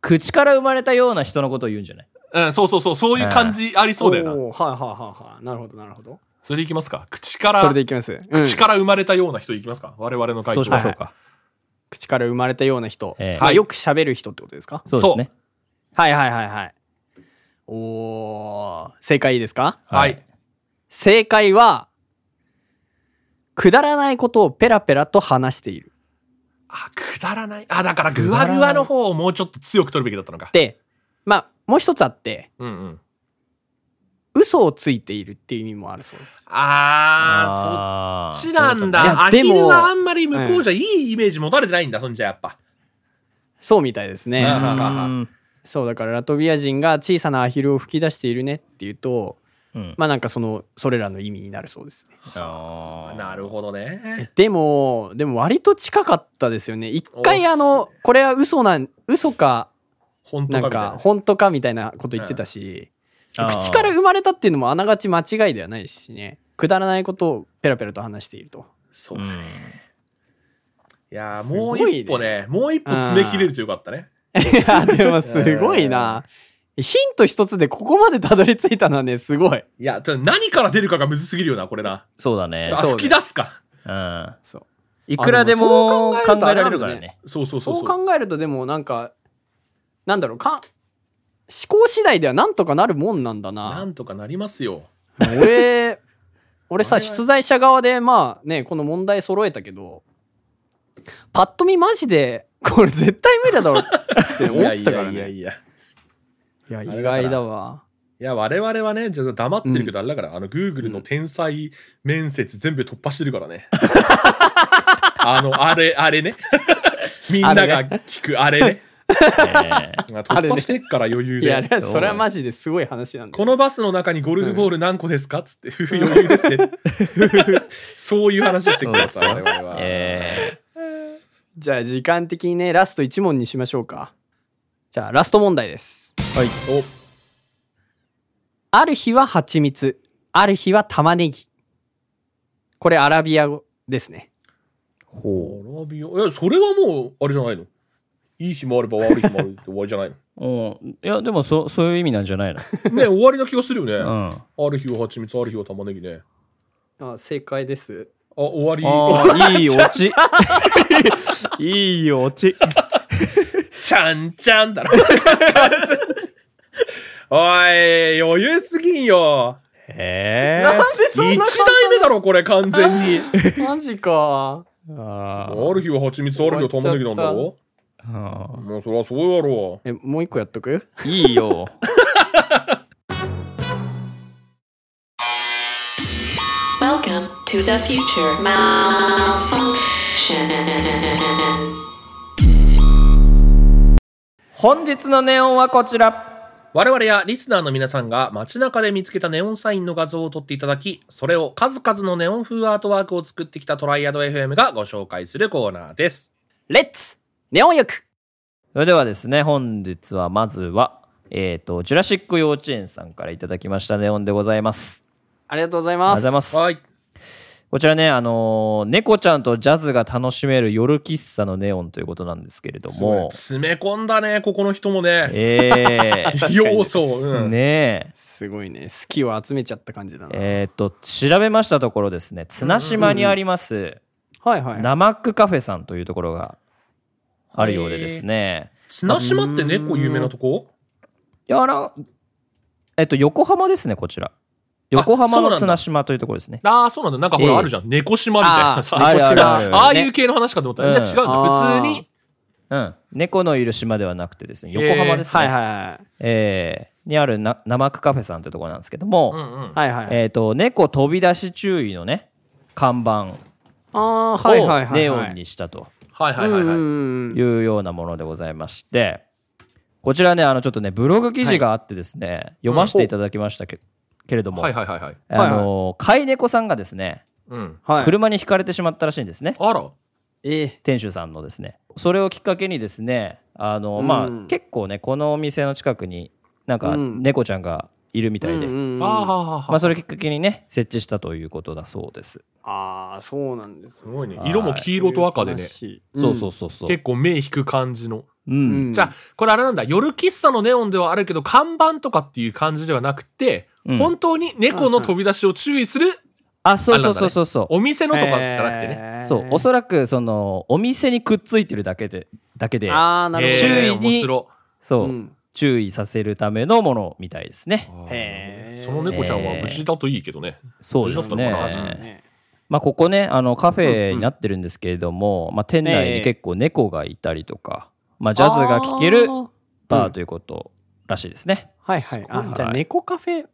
Speaker 3: 口から生まれたような人のことを言うんじゃない
Speaker 2: うん、そうそうそう、そういう感じありそうだよな。
Speaker 1: おーはいはいはいはいなるほどなるほど
Speaker 2: それでいきますか。口から、
Speaker 1: それでいきます、うん
Speaker 2: 口から生まれたような人いきますか。我々の回
Speaker 3: そ
Speaker 2: 答
Speaker 3: うしましょうか、
Speaker 1: 口から生まれたような人、
Speaker 3: ええ
Speaker 1: まあ、よくしゃべる人ってことですか
Speaker 3: そうですね
Speaker 1: はいはいはいはいおー正解いいですか
Speaker 2: は
Speaker 3: はいい、
Speaker 1: 正解は、くだらないことをペラペラと話している。
Speaker 2: あ、くだらない。あ、だから、ぐわぐわの方をもうちょっと強く取るべきだったのか。
Speaker 1: で、まあ、もう一つあって、
Speaker 2: うんうん。
Speaker 1: 嘘をついているっていう意味もあるそうです。
Speaker 2: あー、そっちなん
Speaker 1: い
Speaker 2: だ。
Speaker 1: や
Speaker 2: ア
Speaker 1: で
Speaker 2: ヒ
Speaker 1: も
Speaker 2: ルはあんまり向こうじゃいいイメージ持たれてないんだ、そんじゃやっぱ。
Speaker 1: そうみたいですね。
Speaker 2: うんうん
Speaker 3: う
Speaker 2: うん
Speaker 3: ん
Speaker 1: そう、だからラトビア人が小さなアヒルを吹き出しているねっていうと、
Speaker 3: うん
Speaker 1: まあなんかその、それらの意味になるそうですね。
Speaker 3: あー
Speaker 2: なるほどね。
Speaker 1: でも、でも割と近かったですよね。一
Speaker 2: お
Speaker 1: 回
Speaker 2: っ
Speaker 1: あの、これは嘘なん、嘘か、
Speaker 2: 本
Speaker 1: な
Speaker 2: 当
Speaker 1: ん
Speaker 2: かみたいな
Speaker 1: か、。本当かみたいなこと言ってたし、
Speaker 3: あー
Speaker 1: 口から生まれたっていうのもあながち間違いではないしねくだらないことをペラペラと話していると
Speaker 2: そう
Speaker 3: う
Speaker 2: だね。
Speaker 3: ん
Speaker 2: いやー、
Speaker 1: すご
Speaker 2: もう
Speaker 1: いね
Speaker 2: 一歩ね、もう一歩詰め切れるとよかったね。
Speaker 1: いやでもすごいなヒント一つでここまでたどり着いたのはねすごい
Speaker 2: いや、ただ何から出るかがむずすぎるよな、これな。
Speaker 3: そうだね
Speaker 2: あ、
Speaker 1: そうね
Speaker 2: 吹き出すか。
Speaker 3: うん
Speaker 1: そう
Speaker 3: いくらでも考えられるからね。
Speaker 2: そうそう
Speaker 1: そ
Speaker 2: そううそう。
Speaker 1: 考えるとでもなんかなんだろうか思考次第ではなんとかなるもんなんだな。
Speaker 2: なんとかなりますよ。
Speaker 1: 俺、俺さ、
Speaker 2: あれは
Speaker 1: 出題者側で、まあね、この問題揃えたけど、パッと見マジで、これ絶対無理だろうって思ってたから
Speaker 2: いや
Speaker 1: ね。
Speaker 2: いやいやいや。
Speaker 1: いや、
Speaker 2: いや
Speaker 1: 意外だわ。
Speaker 2: いや、我々はね、ちょっと黙ってるけど、あれだから、あの、Google の天才面接全部突破してるか らね。あの、あれ、あれね。みんな
Speaker 1: あ
Speaker 2: が
Speaker 1: れ
Speaker 2: 聞くあれね。
Speaker 3: ええ
Speaker 2: 突破してっから余裕
Speaker 1: い
Speaker 2: で。
Speaker 1: や、あれはそれはマジですごい話なんだ
Speaker 2: こ
Speaker 1: よ。
Speaker 2: のバスの中にゴルフボール何個ですかつって、ふふ余裕ですね。そういう話をしてください、
Speaker 3: そう
Speaker 2: 我
Speaker 3: で
Speaker 2: 々は。
Speaker 3: え
Speaker 1: じゃあ、時間的にね、ラスト1問にしましょうか。じゃあ、ラスト問題です。
Speaker 2: はい。お、
Speaker 1: ある日は蜂蜜、ある日は玉ねぎ。これ、アラビア語ですね。
Speaker 3: ほ
Speaker 2: アラビア。いや、それはもう、あれじゃないの。いい日もあれば悪い日もあるって終わりじゃないの。
Speaker 3: ううんいやでもそそういう意味なんじゃないの、
Speaker 2: ね、終わりな気がするよね。
Speaker 3: うん、
Speaker 2: ある日は蜂蜜、ある日は玉ねぎね。
Speaker 1: あ正解です。
Speaker 2: あ、終わり。
Speaker 3: ああ いいオチいいオチ
Speaker 2: ちゃんちゃんだろ。 おい、余裕すぎんよ。
Speaker 3: ええ
Speaker 1: なんで
Speaker 2: 一
Speaker 1: そん
Speaker 2: 代
Speaker 1: な
Speaker 2: 目だろ、これ、完全に。
Speaker 1: マジか。
Speaker 3: あ
Speaker 2: ある日は蜂蜜、ある日は玉ねぎなんだろ。
Speaker 3: あ
Speaker 2: もうそりゃそうやろ。
Speaker 1: え、もう一個やっとく
Speaker 3: いいよ
Speaker 5: Welcome to the future. Malfunction.
Speaker 3: 本日のネオンはこちら
Speaker 2: 我々やリスナーの皆さんが街中で見つけたネオンサインの画像を撮っていただき、それを数々のネオン風アートワークを作ってきたトライアド FM がご紹介するコーナーです。
Speaker 1: レッツネオン浴
Speaker 3: それではですね本日はまずはえっ、とジュラシック幼稚園さんからいただきましたネオンでございます
Speaker 1: ありがとうござい
Speaker 3: あ
Speaker 1: ま
Speaker 3: りがとうご
Speaker 1: す。
Speaker 3: ざいます
Speaker 2: はい。
Speaker 3: こちらねあのー猫ちゃんとジャズが楽しめる夜喫茶のネオンということなんですけれども
Speaker 2: 詰め込んだね、ここの人もね。
Speaker 3: ええ
Speaker 2: 要素を。うん
Speaker 3: ねえ
Speaker 1: すごいね。好きを集めちゃった感じだな。
Speaker 3: えーっと調べましたところですね綱島にあります
Speaker 1: はいはい。
Speaker 3: ナマックカフェさんというところがあるようでですね
Speaker 2: 綱島って猫有名なとこ
Speaker 3: いやあらえっと横浜ですねこちら横浜
Speaker 2: そうなん
Speaker 3: の
Speaker 2: だ
Speaker 3: 綱島というところですね
Speaker 2: ああ、そうなんだ。なんかほ
Speaker 3: え
Speaker 2: ら、
Speaker 3: え
Speaker 2: あるじゃん。猫島みたいなさ。
Speaker 1: あー
Speaker 2: 猫
Speaker 1: ある
Speaker 2: 島
Speaker 1: あるある
Speaker 2: ああいう系の話かと思ったら。
Speaker 3: ね
Speaker 2: じゃあ違うんだ。
Speaker 1: う
Speaker 2: 普
Speaker 1: ん
Speaker 2: 通に。
Speaker 3: うん猫のいる島ではなくてですね横浜ですね、
Speaker 1: はいは
Speaker 3: えーにあるなナマックカフェさんというところなんですけども、
Speaker 2: うんうん。
Speaker 1: い。はいはい。
Speaker 3: えっと猫飛び出し注意のね看板
Speaker 1: ああ、はいはい
Speaker 3: を
Speaker 1: はい
Speaker 3: ネ
Speaker 1: はい。
Speaker 3: オンにしたと
Speaker 2: はいはいはいはい。
Speaker 1: い。
Speaker 3: いうようなものでございましてこちらねあのちょっとねブログ記事があってですね、読ませていただきましたけ,、けれども、
Speaker 2: はいはいはいはい。
Speaker 3: あの飼い猫さんがですね
Speaker 2: うん。
Speaker 1: はい。
Speaker 3: 車にひかれてしまったらしいんですね、
Speaker 2: あら。
Speaker 1: え
Speaker 3: 店主さんのですねそれをきっかけにですねあの、
Speaker 1: うん
Speaker 3: まあ結構ねこのお店の近くになんか
Speaker 1: うん
Speaker 3: 猫ちゃんがいるみたいで、
Speaker 1: うんうん
Speaker 2: ああ
Speaker 1: あ
Speaker 2: はあはあ
Speaker 3: まあ、それきっかけにね設置したということだそうです、
Speaker 1: あー、そうなんです
Speaker 2: す。ごいね。色も黄色と赤でね。
Speaker 3: そうそううそうそう
Speaker 2: 結構目引く感じの。
Speaker 3: うん、
Speaker 1: ん。うん
Speaker 2: じゃあ、これあれなんだ。夜喫茶のネオンではあるけど、看板とかっていう感じではなくて、
Speaker 3: うん
Speaker 2: 本当に猫の飛び出しを注意する
Speaker 3: あそうそうそうそうそう
Speaker 2: お店のとかじゃなくてね。
Speaker 1: ね
Speaker 3: そうおそらくそのお店にくっついてるだけでだけで
Speaker 1: ああ、なるほど。
Speaker 3: 周
Speaker 2: へ
Speaker 3: 囲
Speaker 2: ー
Speaker 3: に
Speaker 2: 面白
Speaker 3: そう、
Speaker 1: うん
Speaker 3: 注意させるためのものみたいですね
Speaker 1: へー
Speaker 2: その猫ちゃんは無事だといいけどね。
Speaker 3: そうですね
Speaker 2: そうだった
Speaker 1: 確
Speaker 2: の
Speaker 1: か
Speaker 2: か
Speaker 1: にね
Speaker 3: まあここねあのカフェになってるんですけれども、まあ、店内
Speaker 1: え
Speaker 3: に
Speaker 1: え
Speaker 3: 結構猫がいたりとか、まあ、ジャズが聴ける
Speaker 1: あー
Speaker 3: バーということらしいですね、
Speaker 1: はいはい。
Speaker 3: ご
Speaker 1: あ
Speaker 3: い
Speaker 1: じゃあ、猫カフェ。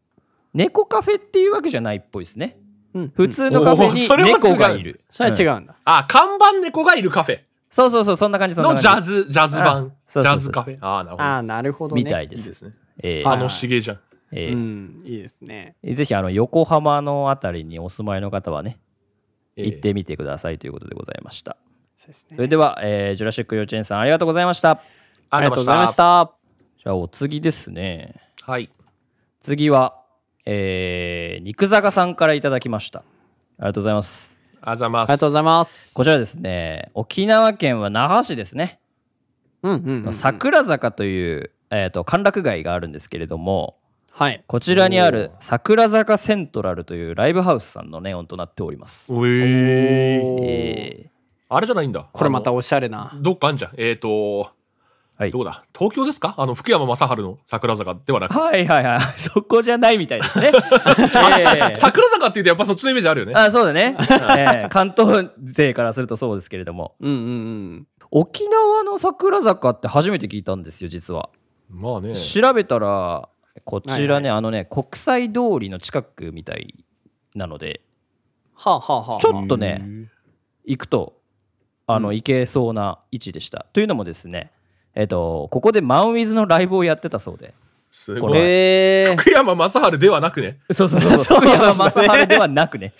Speaker 3: 猫カフェっていうわけじゃないっぽいですね
Speaker 1: うん
Speaker 3: 普。通のカフェ
Speaker 2: おーそれ
Speaker 3: に
Speaker 2: は違う
Speaker 3: 猫がいる
Speaker 1: それは違
Speaker 3: うん
Speaker 1: うんだ。
Speaker 2: あ、看板猫がいるカフェ
Speaker 3: そうそうそうそんな感じそんな
Speaker 2: の
Speaker 3: 感
Speaker 2: ジ
Speaker 3: じ
Speaker 2: ャズ、ジャズ版。
Speaker 3: あ
Speaker 2: ジ
Speaker 3: そうそうそうそう
Speaker 2: ャズカフェ。ああ、なるほど
Speaker 1: あ。あ、なるほどね。
Speaker 3: みたいで
Speaker 2: いい
Speaker 3: す
Speaker 2: ですね。
Speaker 3: ええ
Speaker 1: あ
Speaker 2: 楽しげじゃん。
Speaker 3: え
Speaker 1: う
Speaker 3: え
Speaker 1: ん、いいですね。
Speaker 3: ぜひあの横浜のあたりにお住まいの方はね
Speaker 2: ええ
Speaker 3: 行ってみてくださいということでございました、
Speaker 1: そうです
Speaker 3: それ
Speaker 1: ね。
Speaker 3: では、えージュラシック幼稚園さんありがとうございました
Speaker 1: あ
Speaker 2: あ
Speaker 1: りがとうございまし。た。
Speaker 3: じゃあお次ですね
Speaker 2: はい。
Speaker 3: 次は、えー肉坂さんからいただきましたありがとうございます
Speaker 2: あざま
Speaker 1: ありがとうご
Speaker 2: す。
Speaker 1: ざいます。
Speaker 3: こちらですね沖縄県は那覇市ですね、
Speaker 1: うんうんうんうん。
Speaker 3: 桜坂という、えー、と歓楽街があるんですけれども
Speaker 1: はい。
Speaker 3: こちらにある桜坂セントラルというライブハウスさんのネオンとなっております、
Speaker 2: うえー
Speaker 1: おー
Speaker 3: えー
Speaker 2: あれじゃないんだ。
Speaker 1: これまた
Speaker 2: あの
Speaker 1: おしゃれな。
Speaker 2: どっかあんじゃん。えっと、
Speaker 3: はい
Speaker 2: どこだ東京ですかあの、福山雅治の桜坂ではなく。
Speaker 3: はいはいはい。そこじゃないみたいで すね。 ええ
Speaker 2: 桜坂って言うとやっぱそっちのイメージあるよね。
Speaker 3: あそうだね、ええ関東勢からするとそうですけれども。
Speaker 1: うんうんうん。
Speaker 3: 沖縄の桜坂って初めて聞いたんですよ、実は。
Speaker 2: まあね。
Speaker 3: 調べたら、こちらね、あのね、国際通りの近くみたいなので、
Speaker 1: はあ、はあはあ、
Speaker 3: ちょっとね、行くと、あの、行けそうな位置でした。というのもですね、えっ、と、ここでマンウィズのライブをやってたそうで。
Speaker 2: すご
Speaker 3: こ
Speaker 2: い。
Speaker 1: へえ。
Speaker 2: 福山雅治ではなくね。
Speaker 3: そうそう そう。福山雅治ではなくね。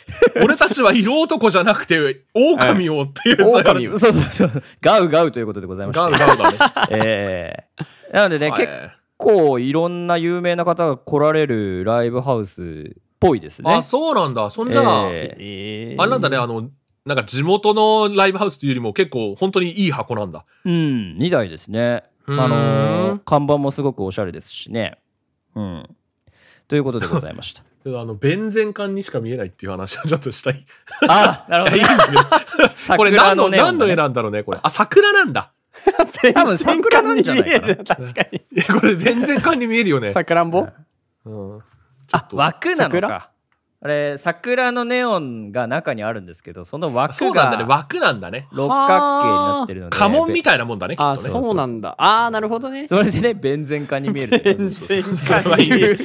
Speaker 2: 俺たちは色男じゃなくて、狼をっていう。
Speaker 1: 狼
Speaker 2: を。
Speaker 1: を
Speaker 3: そうそうそう。ガウガウということでございまし
Speaker 2: ガウ
Speaker 3: て。
Speaker 2: ガウだね。
Speaker 3: え えなのでね、
Speaker 2: はい
Speaker 3: 結構いろんな有名な方が来られるライブハウスっぽいですね。
Speaker 2: あ、そうなんだ。そんじゃあ、
Speaker 3: ええ
Speaker 1: え
Speaker 2: あれなんだね、あの、なんか地元のライブハウスというよりも結構本当にいい箱なんだ。
Speaker 3: うん、2台ですね。
Speaker 2: うーん
Speaker 3: あのー看板もすごくおしゃれですしね。うん。ということでございま した。
Speaker 2: あの、弁前館にしか見えないっていう話はちょっとしたい。
Speaker 3: あなるほど、ね。
Speaker 2: これ何の、
Speaker 3: 桜
Speaker 2: 何の絵
Speaker 3: ね
Speaker 2: なんだろうね、これ。あ、桜なんだ。
Speaker 3: 多分桜なんじゃないかな。
Speaker 1: 確かに。
Speaker 2: い や、これ弁前館に見えるよね。
Speaker 1: さくらんぼ
Speaker 2: うん
Speaker 3: あ、枠なの
Speaker 1: 桜
Speaker 3: か。あれ、桜のネオンが中にあるんですけど、その
Speaker 2: そ
Speaker 3: 枠
Speaker 2: うなんだね、
Speaker 3: が
Speaker 2: 枠なんだね。
Speaker 3: 六角形になってるので。
Speaker 2: 家紋みたいなもんだね、きっ
Speaker 1: あ、
Speaker 2: とね。
Speaker 1: そうなんだ。あー、なるほどね。
Speaker 3: それでね、弁前化に見えるというこ とで。
Speaker 1: 全然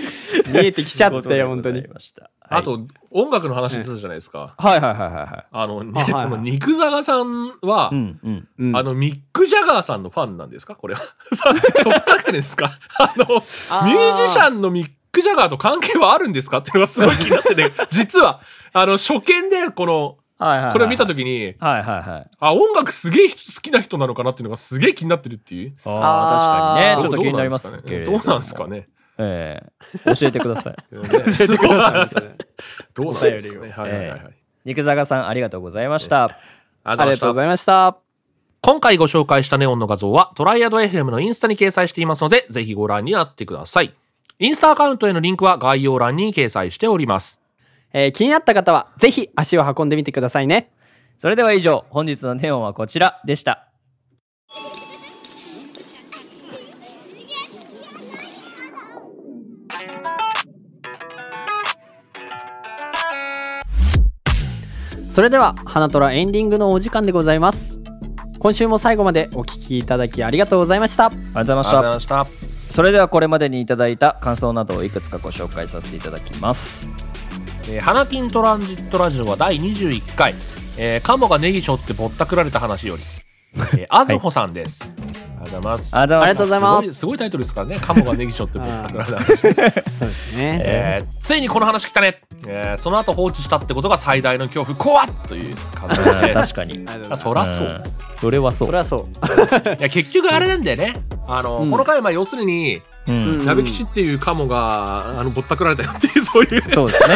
Speaker 1: 見えてきちゃったよ、本当
Speaker 3: とい
Speaker 1: に
Speaker 3: うことでござい。ました。はい
Speaker 2: あ、と、音楽の話出たじゃないですか。
Speaker 3: はいはいはいはいは
Speaker 2: あの、ね
Speaker 1: あはいはい
Speaker 2: この肉じゃがさんは、
Speaker 3: い。うんうん。
Speaker 1: うん
Speaker 2: あの、ミック・ジャガーさんのファンなんですかこれは。 そそっから来てるんですかあの、ミュージシャンのミック・ジャガーと関係はあるんですかっていうのがすごい気になってて、実は、あの、初見で、この、
Speaker 3: はいはいはい。
Speaker 2: これを見た
Speaker 3: と
Speaker 2: ときに、
Speaker 3: はいはいはい。
Speaker 2: あ、音楽すげえ人好きな人なのかなっていうのがすげえ気になってるっていう。
Speaker 3: ああ、確かに
Speaker 1: あー
Speaker 3: ね。ちょっと
Speaker 2: どう
Speaker 3: 気になりますけれど
Speaker 2: ど
Speaker 3: も。
Speaker 2: うなんですかね。
Speaker 3: ええ教えてくだ さい。
Speaker 2: どうなんですかね。教えてください。どうなんですかね。はいはいはいはい。
Speaker 3: 肉ざがさん、ありがとうございました。
Speaker 2: ありが
Speaker 1: ありがとうございました。
Speaker 2: 今回ご紹介したネオンの画像はトライアド FM のインスタに掲載していますので、ぜひご覧になってください。インスタアカウントへのリンクは概要欄に掲載しております。
Speaker 1: えー気になった方は、ぜひ足を運んでみてくださいね。
Speaker 3: それでは以上、本日のネオンはこちらでした。
Speaker 1: それでは、花虎エンディングのお時間でございます。今週も最後までお聞きいただきありがとうございました。
Speaker 3: ありがとうございました。
Speaker 2: ました。
Speaker 3: それではこれまでにいただいた感想などをいくつかご紹介させていただきます。
Speaker 2: えー、花金トランジットラジオは第21回、えー、カモがネギショってぼったくられた話より、 えー、あずほさんです。ありがとうございます。
Speaker 3: あり
Speaker 1: ありがとうございます
Speaker 2: ごい、すごいタイトルですからね。カモがネギショってぼったくられた話。
Speaker 1: そうですね。
Speaker 2: えーついにこの話来たね、えーその後放置したってことが最大の恐怖、怖っという感じ
Speaker 3: うん
Speaker 2: で
Speaker 3: 確かに。
Speaker 2: あそらそう。
Speaker 3: それはそ
Speaker 1: それはそう。
Speaker 2: いや結局あれなんだよね。あの、
Speaker 1: うん
Speaker 2: この回はまあ要するに、
Speaker 3: うん
Speaker 2: 鍋吉っていうカモが、あの、ぼったくられたよっていう、そういう、
Speaker 3: そうですね。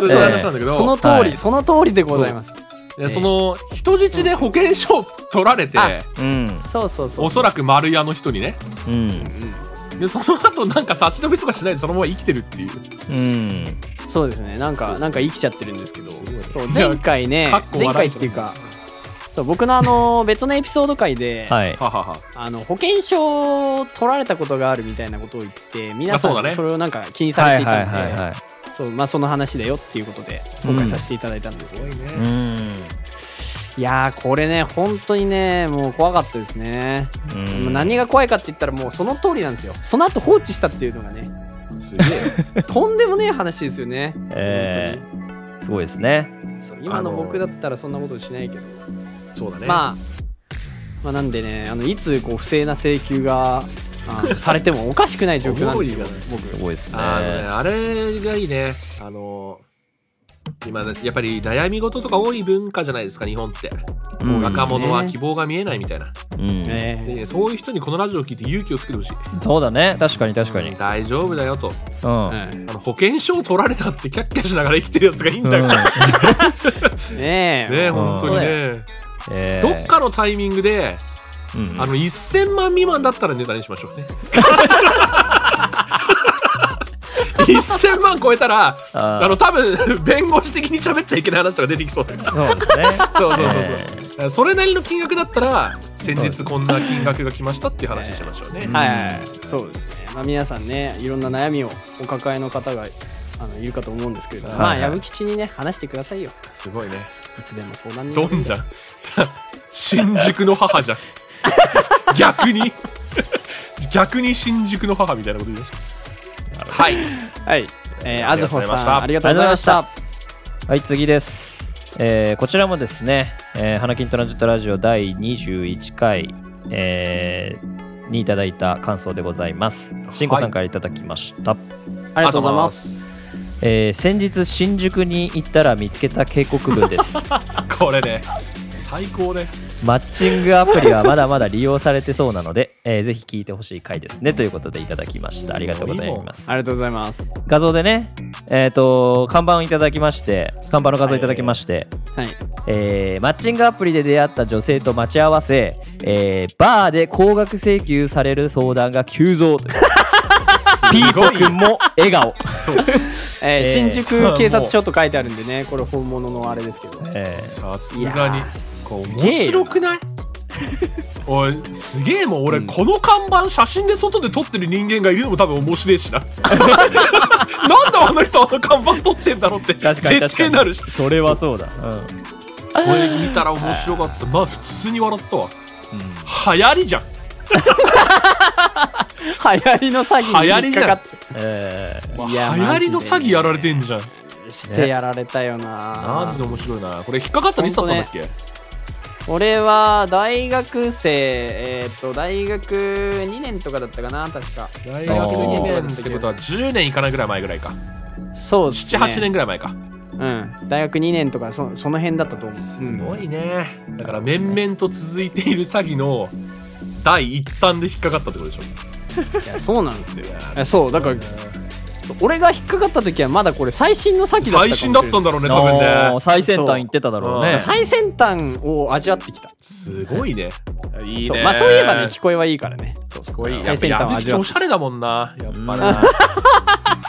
Speaker 2: そういう話なんだけど、
Speaker 1: その通
Speaker 3: は
Speaker 1: り、
Speaker 3: い
Speaker 1: その通りでございます。
Speaker 2: いやその、人質で保険証取られて、
Speaker 1: あ
Speaker 3: うん。
Speaker 1: そうそうそう。
Speaker 2: おそらく丸屋の人にね。
Speaker 3: うん。
Speaker 2: で、その後なんか差し伸べとかしないでそのまま生きてるっていう。
Speaker 3: うん。
Speaker 1: そうですね。なんか、なんか生きちゃってるんですけど。そう、前回ね
Speaker 2: かっ、こ
Speaker 1: 前
Speaker 2: 笑
Speaker 1: 回
Speaker 2: い
Speaker 1: っ。ていうか、そう、僕のあの、別のエピソード回で、
Speaker 3: はい。
Speaker 2: ははは。
Speaker 1: あの保険証を取られたことがあるみたいなことを言って皆さ
Speaker 2: あそうだ
Speaker 1: ん
Speaker 2: ね
Speaker 1: それをなんか気にさ
Speaker 3: は
Speaker 1: れて
Speaker 3: い
Speaker 1: いたの
Speaker 3: はい
Speaker 1: で、
Speaker 3: はいはい。
Speaker 1: そうまあ、その話だよっていうことで今回させていただいたんですけど、
Speaker 3: うん。
Speaker 1: いやーこれね本当にねもう怖かったですね、
Speaker 3: うん
Speaker 1: もう何が怖いかって言ったらもうその通りなんですよその後放置したっていうのがね
Speaker 2: すげえ。
Speaker 1: とんでもねえ話ですよね、
Speaker 3: えー、すごいですね。
Speaker 1: 本当にそう今の僕だったらそんなことしないけど、
Speaker 2: そうだね。
Speaker 1: まあまあなんでねあのいつこう不正な請求があの されてもおかしくない状況なんですよ
Speaker 3: すごいですね。
Speaker 2: あのね、あれがいいね。あの、今、やっぱり悩み事とか多い文化じゃないですか、日本って。
Speaker 3: うん
Speaker 2: 若者は希望が見えないみたいな。
Speaker 3: うん
Speaker 1: ね
Speaker 2: でねそういう人にこのラジオを聞いて勇気をつけてほしい。
Speaker 3: そうだね。確かに確かに。
Speaker 2: 大丈夫だよと。
Speaker 3: うん。
Speaker 1: はい
Speaker 2: あの保険証を取られたってキャッキャしながら生きてるやつがいいんだから。
Speaker 1: ねえ
Speaker 2: ねえ本当にね。
Speaker 3: えー
Speaker 2: どっ、かのタイミングで、
Speaker 3: うんうん
Speaker 2: あの、1000万未満だったらネタにしましょう ね。1000万超えたら、
Speaker 3: あー
Speaker 2: あの、多分、弁護士的に喋っちゃいけない話とか出てきそうだから。
Speaker 3: そうですね。
Speaker 2: そうそうそうそう。
Speaker 3: えー
Speaker 2: らそれなりの金額だったら先日こんな金額が来ましたっていう話しましょうね、
Speaker 1: はいはいはい、そうですね、まあ、皆さんねいろんな悩みをお抱えの方があのいるかと思うんですけれども、
Speaker 3: はいはい
Speaker 1: まあ藪吉にね話してくださいよ
Speaker 2: すごいね
Speaker 1: いつでも相談に
Speaker 2: どんじゃん新宿の母じゃん逆に逆に新宿の母みたいなこと言いましたはい
Speaker 1: はい、えー、あずほさん
Speaker 2: あ
Speaker 1: あ
Speaker 2: り
Speaker 1: り
Speaker 3: が
Speaker 1: がと
Speaker 3: とう
Speaker 1: う
Speaker 3: ご
Speaker 1: ございま
Speaker 3: ざいまし
Speaker 1: したた
Speaker 3: はい、次です。えーこちらもですね、えー、花金トランジットラジオ第21回、えーにいただいた感想でございます。しんこさんからいただきました。
Speaker 1: ありがとうございます
Speaker 3: えー先日新宿に行ったら見つけた警告文です。
Speaker 2: これね最高ね
Speaker 3: マッチングアプリはまだまだ利用されてそうなので、えーぜひ聞いてほしい回ですねということでいただきました。ありがとうございます
Speaker 1: あ。りがとうございます
Speaker 3: 画像でね、えっ、と、看板をいただきまして、看板の画像いただきまして、
Speaker 1: はい
Speaker 3: えーマッチングアプリで出会った女性と待ち合わせ、えーバーで高額請求される相談が急増 というピーポ君も笑顔、
Speaker 1: えー
Speaker 3: えー
Speaker 1: 新宿警察署と書いてあるんでねこれ本物のあれですけど
Speaker 3: えー
Speaker 2: さすがに
Speaker 1: いや
Speaker 2: こう
Speaker 1: げえ
Speaker 2: 面白くない おいすげえもう俺、この看板写真で外で撮ってる人間がいるのも多分面白いしななんであの人あの看板撮ってんだろうって
Speaker 3: 確か
Speaker 2: 絶
Speaker 3: に確か
Speaker 2: 対
Speaker 3: に
Speaker 2: なるし
Speaker 3: それはそうだ、うん
Speaker 2: これ見たら面白かったまあ普通に笑ったわ、流行りじゃん
Speaker 1: 流行りの詐欺に引っかかって
Speaker 3: えー
Speaker 2: まあ
Speaker 1: いや
Speaker 2: 流行りの
Speaker 1: マジで
Speaker 2: 詐
Speaker 1: ね
Speaker 2: 欺やられてんじゃん
Speaker 1: してやられたよな、
Speaker 2: マジで面白いなこれ引っかかったのいつだったんだっけ、
Speaker 1: 俺は大学生えーっと大学2年とかだったかな確か
Speaker 2: 大
Speaker 3: 学
Speaker 2: 学
Speaker 3: 二
Speaker 2: 2
Speaker 1: 年
Speaker 2: 年ってことは10年いかないぐらい前ぐらいか
Speaker 1: そうですね
Speaker 2: 78年ぐらい前か
Speaker 1: うん大学2年とかそその辺だったと思う
Speaker 2: すごいね、だから面々と続いている詐欺の第一弾で引っかかったってことでしょ
Speaker 1: いやそうなんですよえそうだから俺が引っかかった時はまだこれ最新の詐欺だったかもしれない
Speaker 2: 最新だったんだろうね多分
Speaker 3: あー
Speaker 2: ね
Speaker 3: 最先端行ってただろうね
Speaker 2: そう
Speaker 1: 最先端を味わってきた
Speaker 2: すごいねいい
Speaker 1: そう
Speaker 2: ね
Speaker 1: まあそういえばね聞こえはいいからね
Speaker 2: すごいや
Speaker 1: 最
Speaker 2: っぱ
Speaker 1: 先端を
Speaker 2: やめ
Speaker 1: 味
Speaker 2: き
Speaker 1: わ
Speaker 2: お
Speaker 1: っ
Speaker 2: しゃれだもんなやっぱな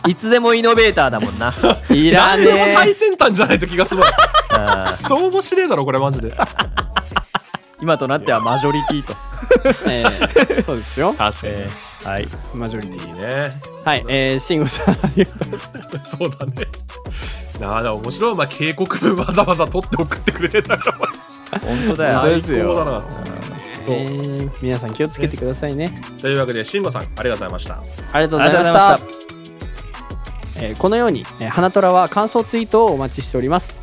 Speaker 3: うんいつでもイノベーターだも んな
Speaker 1: ていら
Speaker 2: 何
Speaker 1: ね
Speaker 2: でも最
Speaker 1: え
Speaker 2: 先端じゃないと気がする
Speaker 3: あー
Speaker 2: そう面白いだろこれマジで
Speaker 3: 今となってはマジョリティと、
Speaker 1: え えそうですよ
Speaker 2: 確かに
Speaker 3: えーはい
Speaker 1: マジョリティ
Speaker 2: いいね
Speaker 1: はいえー、慎吾さんありがとう
Speaker 2: そうだねなあでも面白いまあ警告文わざわざ取って送ってくれてんだから
Speaker 3: 本当だ
Speaker 1: 本当
Speaker 3: よ
Speaker 1: ですよ
Speaker 2: だなそう
Speaker 1: えー皆さん気をつけてくださいね
Speaker 2: というわけで慎吾さんありがとうございました
Speaker 1: ありがとう
Speaker 3: あ
Speaker 1: ご
Speaker 3: り
Speaker 1: ざい
Speaker 3: がとう
Speaker 1: ま
Speaker 3: ござ
Speaker 1: し
Speaker 3: いま
Speaker 1: た
Speaker 3: し
Speaker 1: えーこのように、えー、花虎は感想ツイートをお待ちしております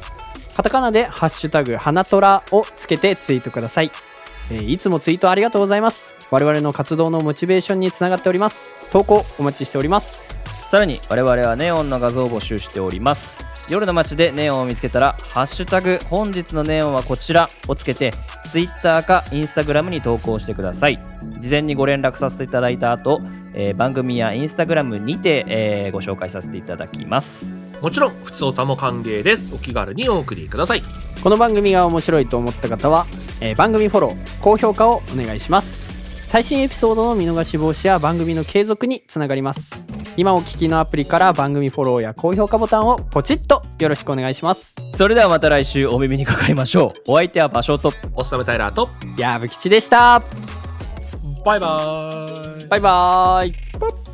Speaker 1: カタカナで「ハッシュタグ花虎」をつけてツイートください、えーいつもツイートありがとうございます我々の活動のモチベーションにつながっております投稿お待ちしております
Speaker 3: たさらに我々はネオンの画像を募集しております夜の街でネオンを見つけたら「ハッシュタグ本日のネオンはこちら」をつけて Twitter か Instagram に投稿してください事前にご連絡させていただいた後、えー番組や Instagram にて、えーご紹介させていただきます
Speaker 2: もちろん、普通歌も歓迎です。お気軽にお送りください。
Speaker 1: この番組が面白いと思った方は、えー番組フォロー高評価をお願いします最新エピソードの見逃し防止や番組の継続につながります今お聞きのアプリから番組フォローや高評価ボタンをポチッとよろしくお願いします
Speaker 3: それではまた来週お耳にかかりましょうお相手は場所と
Speaker 2: おっさめタイラーと、
Speaker 1: 矢吹吉でした
Speaker 2: バイバーイ。
Speaker 1: バイバーイポッ